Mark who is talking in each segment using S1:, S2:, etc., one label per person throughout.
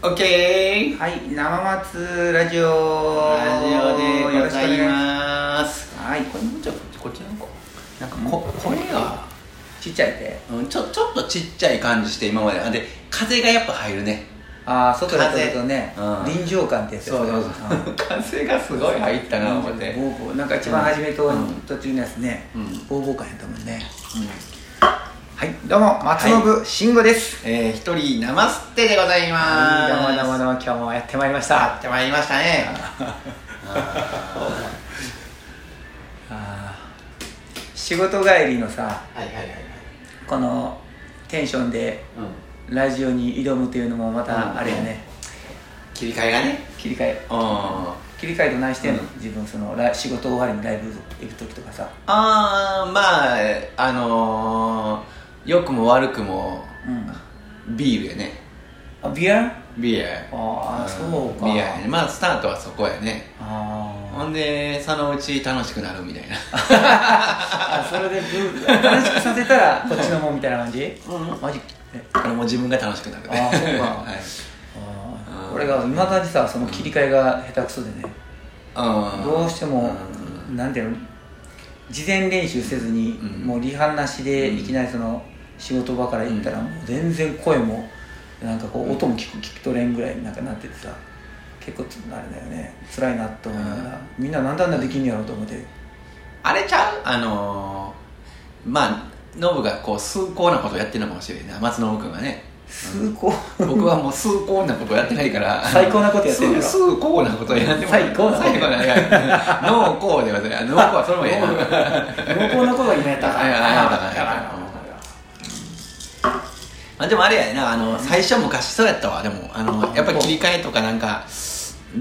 S1: オッケー
S2: はい生松ラジオ
S1: ラジオで
S2: よ
S1: ご
S2: ろしく
S1: ざ
S2: お願い
S1: い
S2: しま
S1: ます
S2: すはい
S1: これもうちょっとこっちの方なんかこ声が、
S2: ちっちゃいって
S1: うん、ちょちょっとちっちゃい感じして今まであで風がやっぱ入るね
S2: ああ外で撮るとね、
S1: 風うん
S2: 臨場感ってやつ
S1: そうそうそう 風がすごい入ったな思って、
S2: ボーボーなんか一番初めと、
S1: うん
S2: 途中のやつね、
S1: うん
S2: ボーボー感やったもんねはいどうも松信慎吾です
S1: えー、一人ナマステでございま
S2: はい
S1: す
S2: どうもどうもどうも今日もやってまいりました
S1: やってまいりましたね
S2: あー仕事帰りのさ
S1: はいはいはいはい
S2: このテンションで
S1: うん
S2: ラジオに挑むというのもま
S1: うん
S2: たあれやね、
S1: 切り替えがね
S2: 切り替え
S1: うん
S2: 切り替えと何してんの、
S1: うん
S2: 自分そのラ仕事終わりにライブ行く時とかさ
S1: ああまああのー、良くも悪くも
S2: うん
S1: ビールやね
S2: あビア
S1: ビールや
S2: あーそうか
S1: ビールやねまあスタートはそこやね
S2: あー
S1: ほんでそのうち楽しくなるみたい な
S2: あそれでブー楽しくさせ たらこっちのもんみたいな感じ
S1: うん
S2: マジえ
S1: これもう自分が楽しくなるね
S2: あーそうか
S1: はい
S2: あ
S1: う
S2: ー
S1: ん
S2: 俺が今だにさその切り替えが下手くそでね、
S1: うん
S2: どうしても、
S1: う
S2: なんていうの事前練習せずに、
S1: うん
S2: もうリハなしで
S1: うん
S2: いきなりその仕事場から行ったら、
S1: うん
S2: もう全然声もなんかこう音も聞く聞き取れんぐらいになんかなっててさ結構つあれだよね辛いなと思いながら、みんななんであんなできんやろうと思って
S1: あれちゃうあのー、まあノブがこう崇高なことをやってるのかもしれないな松信君がね
S2: 崇高、
S1: 僕はもう崇高なことをやってないから
S2: 最高なことやってるやろ
S1: す崇高なことをやっても
S2: 最高なこと
S1: 最高ないや濃厚では ない濃厚はそれもええな
S2: 濃厚なことが今やったから
S1: い やいやいやいやいやまあでもあれやなあの最初昔そうやったわでもあのやっぱり切り替えとかなんか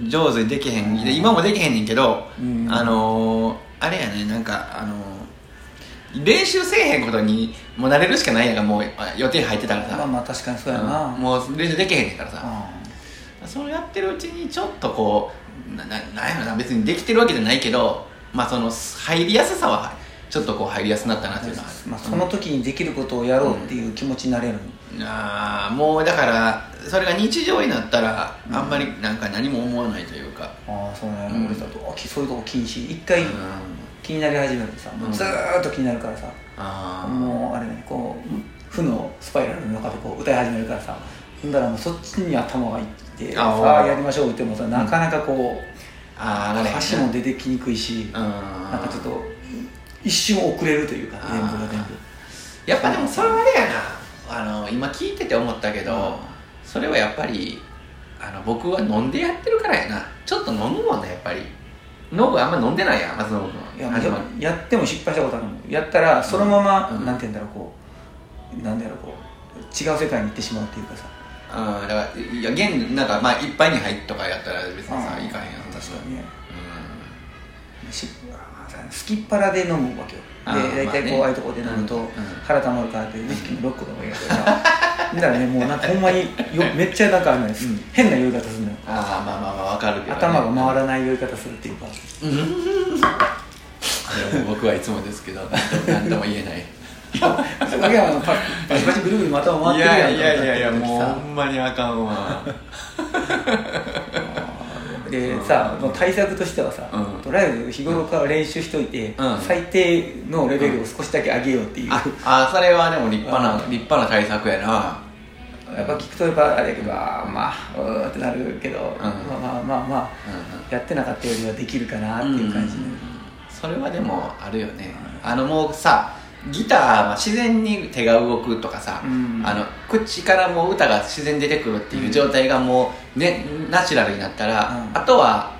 S1: 上手にできへんで今もできへんねんけど、
S2: うん
S1: あのーあれやねなんかあのー練習せえへんことにもう慣れるしかないやんかもうあ予定入ってたらさ、
S2: まあまあ確かにそうやな、
S1: うんもう練習できへんねんからさ、
S2: う
S1: それやってるうちにちょっとこうなななんやろな別にできてるわけじゃないけどまあその入りやすさはちょっとこう入りやすくなったなっていうのはある
S2: んまあ、その時にできることをやろうっていう気持ちになれるの、
S1: あーもうだからそれが日常になったらあんまりなんか何も思わないというか、
S2: ああそうね、
S1: うん
S2: 俺だとあきそういうとこ禁止一回
S1: うん
S2: 気になり始めるとさ、もうずーっと気になるからさ、
S1: あ
S2: もうあれねこう負のスパイラルの中でこう歌い始めるからさほんだらもうそっちに頭がいって
S1: あー
S2: さあやりましょうってもさなかなかこう、
S1: ーあーなれへんな
S2: 箸も出てきにくいし、
S1: うん
S2: なんかちょっと一瞬遅れるというか全部が全部
S1: やっぱでもそれはあれやなあの今聞いてて思ったけど、
S2: うん
S1: それはやっぱりあの僕は飲んでやってるからやなちょっと飲むもんねやっぱりノブあんま飲んでないやん松信
S2: い
S1: 君
S2: や
S1: は始まる
S2: やっても失敗したことあるもんやったらそのまま、
S1: うん
S2: なんて言うんだろうこうなんだろうこう違う世界に行ってしまうっていうかさ
S1: うんだからいや現なんかまあいっぱいに入っとかやったら別にさ
S2: うん
S1: いかへんやん
S2: 確かにね
S1: う
S2: しスキッパラで飲むわけよ
S1: あー
S2: で大体こう、
S1: まあね
S2: ああいうとこで飲むと、
S1: うんうん
S2: 腹たまるからってウイスキーの6個でもいいわけどさだからねもうなんかほんまによめっちゃなんかあのね、
S1: ん
S2: 変な酔い方するのよ
S1: んああまあまあまあわかるけどね、
S2: 頭が回らない酔い方するっていうか
S1: いやもう僕はいつもですけど何とも言え ない
S2: それだけはあのパパチパチぐるぐるまた回
S1: い
S2: ってるや
S1: やいや
S2: ん
S1: いやいや
S2: と
S1: もう
S2: 思っ
S1: ほんまにあかんわ
S2: てさでさもう対策としてはさ、
S1: うん
S2: とりあえず日頃から練習しといて、
S1: うん
S2: 最低のレベルを少しだけ上げようっていう、
S1: ああそれはでも立派な
S2: う
S1: 立派な対策やな
S2: やっぱ聞くとやっぱあれやけどあーまあうーってなるけど、まあまあまあまあ、やってなかったよりはできるかなっていう感じで、
S1: んそれはでもあるよねあのもうさギターは自然に手が動くとかさ、
S2: うん
S1: あの口からもう歌が自然に出てくるっていう状態がもう、ねナチュラルになったら、
S2: うん
S1: あとは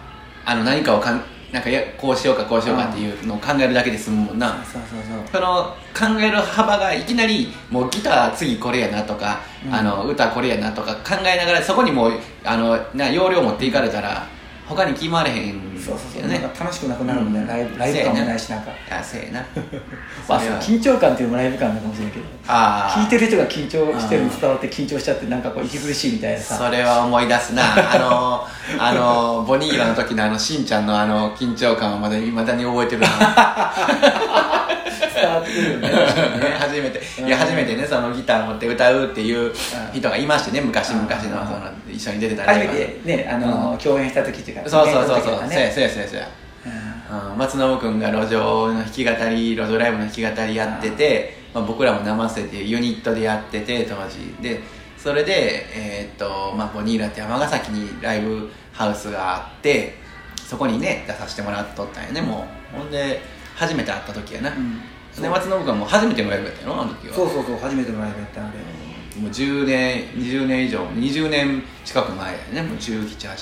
S1: あの何かをかんなんかやこうしようかこうしようかっていうのを考えるだけで済むもんな、
S2: そうそうそう
S1: その考える幅がいきなりもうギター次これやなとか、
S2: うん
S1: あの歌これやなとか考えながらそこにもうあのな容量持っていかれたら他に決まれへんけ
S2: そうそうそう、
S1: どね
S2: なんか楽しくなくなるもんね、
S1: うん
S2: ライブライブ感もないしなんか、
S1: あせえな
S2: まあ、
S1: それは
S2: 緊張感っていうのもライブ感なのかもしれないけど
S1: あー
S2: 聞いてる人が緊張してるの
S1: あー
S2: に伝わって緊張しちゃってなんかこう息苦しいみたいなさ
S1: それは思い出すなあのあのボニーラの時の あのしんちゃんのあの緊張感はまだ未だに覚えてるな
S2: 伝わがってくるよね確かにね
S1: 初めて、
S2: うん
S1: いや初めてねそのギター持って歌うっていう人がいましてね昔
S2: うん
S1: 々のその一緒に出てた
S2: 初
S1: り
S2: め
S1: とか
S2: てねあの、
S1: うん
S2: 共演した時っていうか
S1: そうそう
S2: イベント
S1: そう
S2: の時
S1: そ
S2: と
S1: う
S2: か
S1: そうや
S2: ね
S1: そうやそうやそうや
S2: うん
S1: うん松信君が路上の弾き語り路上ライブの弾き語りやってて、まあ、僕らも「生瀬」っていうユニットでやってて当時でそれで、えーっとまあ、ボニーラって尼崎にライブハウスがあってそこにね出させてもらっとったんやねもうほんで初めて会った時やな、
S2: うん
S1: で松信君はもう初めてのライブやったよあの時は
S2: そうそうそう初めてのライブやったので、
S1: うんもう10年20年以上20年近く前やねもう1718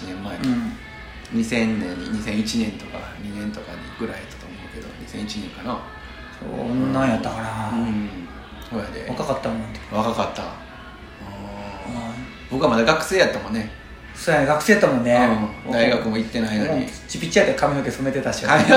S1: 年前、
S2: うん
S1: 2000年に2001年とか2年とかにぐらいだったと思うけど2001年かな
S2: そう女やったかな、
S1: うんそうやで
S2: 若かったもんね
S1: 若かったうん
S2: う
S1: 僕はまだ学生やったもんね、
S2: んそうやね学生やったもんね、
S1: うん大学も行ってないの
S2: もう
S1: に
S2: ちびっちゃやったら髪の毛染めてたし
S1: 髪の毛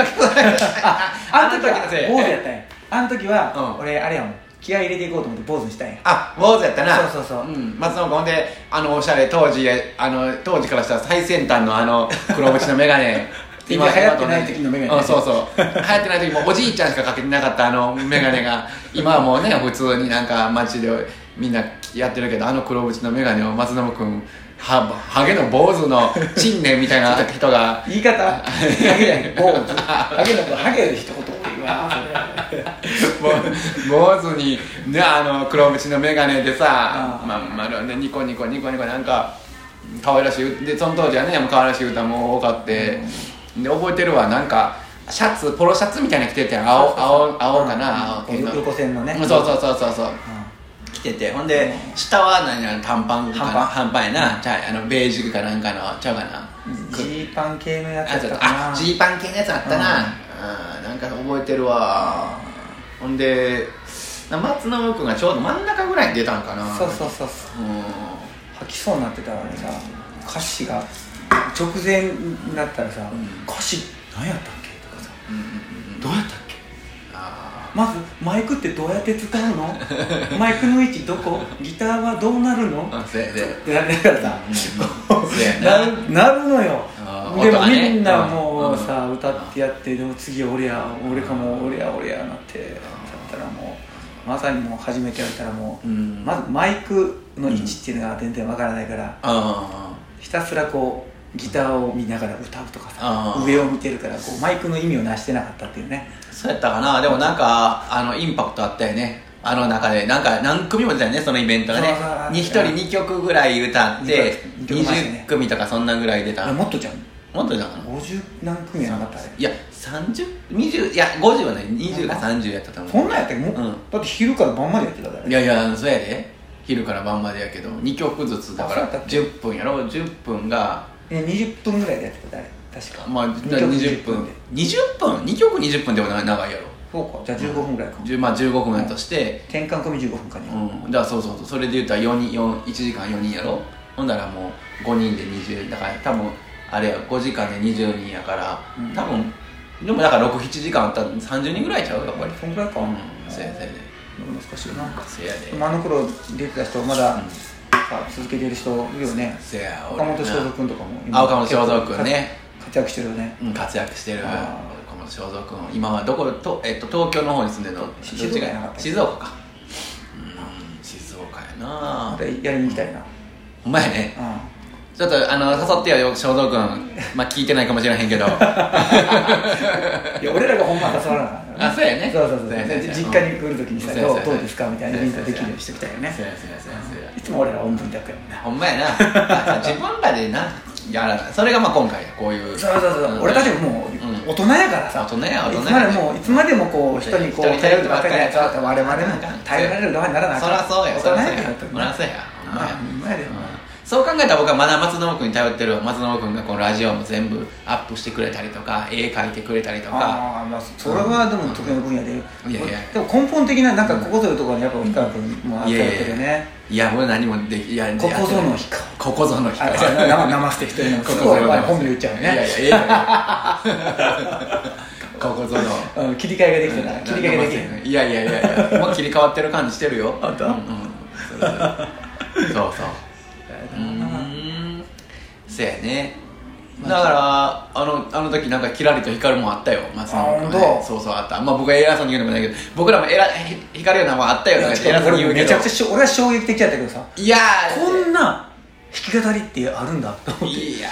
S2: ああの時
S1: あの時のせい
S2: は坊主やったんやあの時は、
S1: うん
S2: 俺あれやもん気合い入れていこうと思って坊主にしたんや
S1: あ坊主やったな、
S2: そうそうそうん
S1: 松野ほんであのおしゃれ当時あの当時からしたら最先端のあの黒縁の眼鏡
S2: 今流行ってない時の眼鏡
S1: うんそうそう流行ってない時もおじいちゃんしかかけてなかったあの眼鏡が今はもうね普通になんか街でみんなやってるけどあの黒縁の眼鏡を松野君はハゲの坊主の陳年みたいな人が
S2: 言い方ハゲやん坊主ハゲの子ハゲで一言って言わんそれ
S1: もう坊主に、ね、あの黒縁の眼鏡でさ
S2: ああ
S1: まあまあね、ニコニコニコニコなんか可愛らしいでその当時はねもう可愛らしい歌も多かって、で覚えてるわなんかシャツポロシャツみたいなの着てて青青青かな青
S2: うん
S1: 系の
S2: 横線のね
S1: うんそうそうそうそうそう
S2: う
S1: 着ててほんで下は何やろ短パンかな
S2: 短パン
S1: 短パンやなちゃうあのベージュかなんかのちゃうかな、
S2: んジーパン系のやつやったかな
S1: あジーパン系のやつあったな、うん、なんか覚えてるわほんでな松信君がちょうど真ん中ぐらいに出たんかな
S2: そうそうそうそ
S1: う
S2: う
S1: ん
S2: 吐きそうになってたからさ歌詞が直前になったらさ、
S1: ん
S2: 歌詞何やったっけとかさ
S1: うんうんうん
S2: どうやったっけ
S1: あ
S2: まずマイクってどうやって使うの マイクの位置どこギターはどうなるの
S1: ーあそうやで
S2: ってなるからさ、
S1: そうやな
S2: ななるのよ
S1: あー
S2: で
S1: 音
S2: も
S1: がね
S2: みんなもうさ、
S1: うん
S2: 歌ってやってでも次俺や俺かも俺や俺やなってだったらもうまさにもう初めてやったらもう、
S1: うん
S2: まずマイクの位置っていうのが全然わからないから、
S1: あ
S2: ひたすらこうギターを見ながら歌うとかさ、
S1: うん
S2: 上を見てるからこうマイクの意味をなしてなかったっていうね
S1: ーそうやったかなでもなんかあのインパクトあったよねあの中でなんか何組も出たよねそのイベントがね
S2: そうそうそう
S1: に一人2曲ぐらい歌って
S2: 二曲二曲回してね
S1: 20組とかそんなぐらい出
S2: あ
S1: た
S2: もっとじゃん
S1: もっと出たかな
S2: 50何組やなかったあれ
S1: いや3020いや50はない20が30やったと
S2: そ
S1: 思
S2: んなんやったっけもう、
S1: うん
S2: だって昼から晩までやってたから
S1: ういやいやそうやで昼から晩までやけど2曲ずつだか
S2: あそうや
S1: ら
S2: ったっけ
S1: 10分やろ10分が
S2: え20分ぐらいでやってた誰確か
S1: まあ
S2: 二曲
S1: 20分
S2: で
S1: 20分2曲20分でも長いやろ
S2: そうかじゃあ15分ぐらいか、
S1: じゅまあ15分やとして
S2: 転換込み15分かね、
S1: うんだからそうそうそうそれで言ったら4人4 1時間4人やろほんならもう5人で20だから多分あれや5時間で20人やから
S2: うん
S1: 多分でもだから67時間あったら30人ぐらいちゃうやっぱり
S2: そんぐらいか、
S1: うん
S2: そ
S1: そううや
S2: やね
S1: そうやで
S2: 難しいな
S1: そうやで
S2: でもあの頃出てた人まだ、
S1: うん
S2: さ続けてる人いるよね
S1: せや
S2: 岡本
S1: 俺
S2: 翔
S1: な
S2: く君とかも
S1: あ岡本翔三君ね
S2: 活躍してるよね
S1: うん活躍してる
S2: あ
S1: 岡本翔三君今はどこと、えっと、東京の方に住んでるの
S2: し
S1: どっちが
S2: 静岡やなかったっけ
S1: 静岡かうん静岡や
S2: ま
S1: な
S2: たやりに行きたいな、
S1: ほんまやね
S2: うん
S1: ちょっとあの誘ってよ翔三君まあ聞いてないかもしれへ んけど
S2: いや俺らがほんまは誘わなかったから
S1: あそうやね
S2: そうそうそう
S1: そうやね
S2: で実家に来るときにさ
S1: そうやそう
S2: どう
S1: や
S2: どうですかみたいな
S1: そう
S2: み
S1: や
S2: んなできるようにしておきたいよね
S1: そうやそうやそうやそうや
S2: いつも俺らおんぶに抱くやもんな
S1: ほんまやなあ自分らでなやらないそれがまあ今回やこういう
S2: そうそうそう、
S1: ん
S2: 俺たちももう
S1: うん
S2: 大人やからさ、
S1: 大人や大人
S2: いつま
S1: や
S2: でもいつまでもこう人にこう
S1: 人に
S2: 頼
S1: 頼
S2: る
S1: る
S2: ば
S1: ば
S2: っ
S1: っ
S2: か
S1: か
S2: り
S1: りや
S2: のやつ
S1: つ
S2: は
S1: は
S2: 我々も頼られる側にならなあ
S1: そらそうやそらそうや
S2: 大人や
S1: そらそうやほんまや
S2: まやで、
S1: そう考えたら僕はまだ松信君に頼ってるわ松信君がこのラジオも全部アップしてくれたりとか絵描いてくれたりとか
S2: ああまあそれはでも得意の分野で、
S1: いやいや
S2: でも根本的ななんかここぞいうところにやっぱ氷川君もあった
S1: い
S2: よ
S1: やいや
S2: ね
S1: いや俺何もできいや
S2: ここぞの
S1: 人
S2: 氷川
S1: ここぞの人
S2: あそうや な生して一人の
S1: こ
S2: す
S1: こぞ
S2: ごい
S1: の
S2: お前
S1: 人
S2: 本名言っちゃうよ
S1: いやいや
S2: ね
S1: いやいや ここぞの
S2: うん切り替えができてた切り替えができて
S1: いやいやいやいやもう切り替わってる感じしてるよ
S2: 本当
S1: うんうんそれそれそうそう
S2: た
S1: うーんせやねだからあのあの時なんかキラリと光るもんあったよ松永君
S2: あ本当
S1: そうそうあったまあ僕は偉そうに言うのもないけど僕らも偉ひ光るようなもんあったよなんか偉そうに言うけ
S2: めち
S1: ど
S2: ゃくちゃしょ俺は衝撃的だったけどさ
S1: いやー
S2: こんな弾き語りってあるんだと思って
S1: いや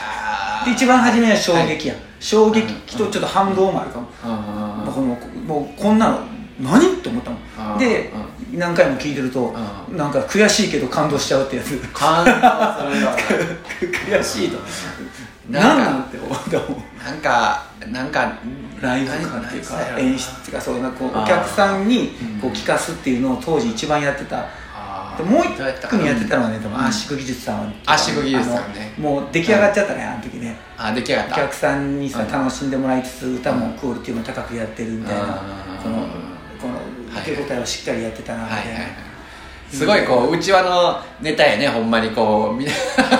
S2: で
S1: ー
S2: 一番初めは衝撃やん、衝撃とちょっと反動もあるかも、
S1: うんうんうん
S2: このもうこんなの何って思ったも
S1: うん
S2: んで、何回も聞いてると、
S1: う
S2: なんか悔しいけど感動しちゃうってやつ
S1: 感動するよ
S2: 悔しいと
S1: な
S2: 何
S1: んか
S2: なんって思ったもん
S1: ななんかなんか
S2: ライブ感っていう
S1: な
S2: か
S1: な
S2: 演出っていうかそうなんかこう
S1: あー
S2: お客さんにこう
S1: うん
S2: 聞かすっていうのを当時一番やってた
S1: あー
S2: でもう
S1: どや
S2: 一組やってたのはね、でも
S1: うん
S2: 圧縮技術さん
S1: 圧縮技術さんね
S2: あのもう出来上がっちゃったね、あの時ね
S1: あ出来上がっ
S2: お
S1: た
S2: 客さんにさ、
S1: うん
S2: 楽しんでもらいつつ歌
S1: う
S2: も
S1: ん
S2: クオリティも高くやってるみたいな、
S1: うん
S2: この
S1: うん
S2: この
S1: はい
S2: 受け答えをしっかりやってたなみ
S1: は
S2: た
S1: い
S2: い
S1: は
S2: な、
S1: いはいすごいこううちわのネタやねほんまにこうみんな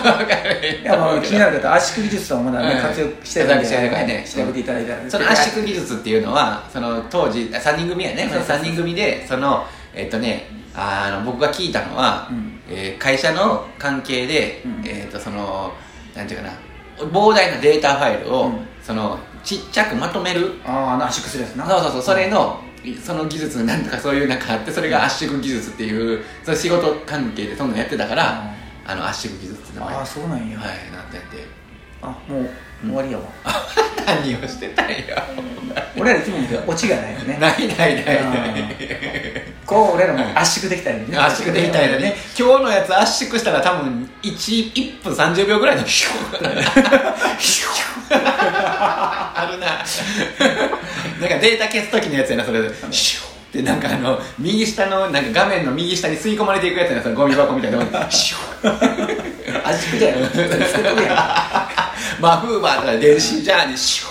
S1: わかる
S2: いやまあ気になる方圧縮技術さんはまだね、
S1: うん
S2: 活躍してるんで
S1: 活躍してるからね
S2: 調べていただいたら、
S1: その圧縮技術っていうのはその当時あ3人組やね
S2: そうそうそう
S1: 3人組でそのえっとねあの僕が聞いたのは、
S2: うん
S1: えー会社の関係で、
S2: うん
S1: えっとそのなんていうかな膨大なデータファイルを、
S2: うん
S1: そのちっちゃくまとめる
S2: あああの圧縮するやつな
S1: そうそうそうそれのその技術なんとかそういうなんかあってそれが圧縮技術っていうその仕事関係でそんなんやってたから、あの圧縮技術って名前
S2: ああそうなんや、
S1: はいなんてやって
S2: あもう終わりやわ、
S1: 何をしてたんや
S2: 俺らいつもオチがないよね
S1: ないないないない
S2: こう俺らも圧縮できたよね
S1: 圧縮できたんやね今日のやつ圧縮したら多分 1, 1分30秒ぐらいのヒューヒューあるななんかデータ消す時のやつやなそれシューってなんかあの右下のなんか画面の右下に吸い込まれていくやつやなそのゴミ箱みたいなとこにシュー
S2: 圧縮だよ捨てとくやん
S1: マフーバーとか電子ジャーにシュ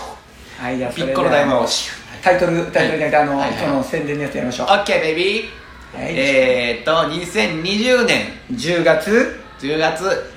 S1: ー
S2: はいじゃあそ
S1: ピ
S2: れで
S1: ッコロ大魔王シュー
S2: タイトルタイトルじゃなくてあの、
S1: はいはい
S2: その宣伝のやつやりましょう
S1: OK ベビー、
S2: はい
S1: えーっと2020年
S2: 10月
S1: 10月